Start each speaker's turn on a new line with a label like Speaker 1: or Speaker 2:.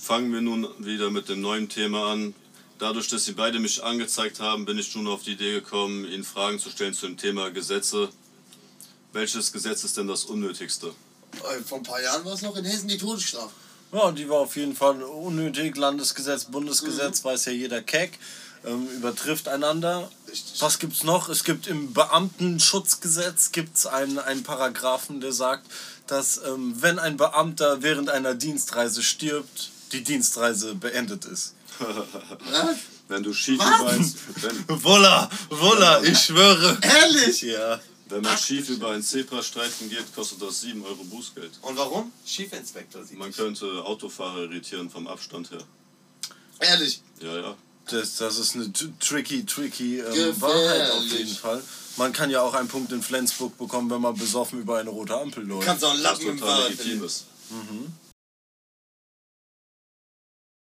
Speaker 1: fangen wir nun wieder mit dem neuen Thema an. Dadurch, dass Sie beide mich angezeigt haben, bin ich nun auf die Idee gekommen, Ihnen Fragen zu stellen zu dem Thema Gesetze. Welches Gesetz ist denn das unnötigste?
Speaker 2: Äh, Vor ein paar Jahren war es noch in Hessen die Todesstrafe.
Speaker 3: Ja, die war auf jeden Fall unnötig. Landesgesetz, Bundesgesetz, weiß ja jeder keck, ähm, übertrifft einander.
Speaker 2: Richtig.
Speaker 3: Was gibt's noch? Es gibt im Beamtenschutzgesetz gibt's einen, einen Paragraphen, der sagt, dass ähm, wenn ein Beamter während einer Dienstreise stirbt, die Dienstreise beendet ist.
Speaker 2: Hä?
Speaker 1: Wenn du schief
Speaker 2: Was?
Speaker 1: über ein, wenn,
Speaker 3: Wulla, wulla, ich schwöre.
Speaker 2: Ehrlich?
Speaker 3: Ähm, Ja.
Speaker 1: wenn man schief über einen Zebrastreifen geht, kostet das 7 Euro Bußgeld.
Speaker 4: Und warum? Schiefinspektor sieht.
Speaker 1: Man könnte Autofahrer irritieren vom Abstand her.
Speaker 2: Ehrlich.
Speaker 1: Ja, ja.
Speaker 3: Das, das ist eine t- tricky, tricky ähm, Wahrheit auf
Speaker 2: Gefährlich.
Speaker 3: jeden Fall. Man kann ja auch einen Punkt in Flensburg bekommen, wenn man besoffen über eine rote Ampel läuft.
Speaker 2: Kannst du auch einen
Speaker 1: Was
Speaker 2: Lappen im
Speaker 1: total
Speaker 2: Fahrrad
Speaker 1: legitim
Speaker 2: verlieren.
Speaker 1: ist.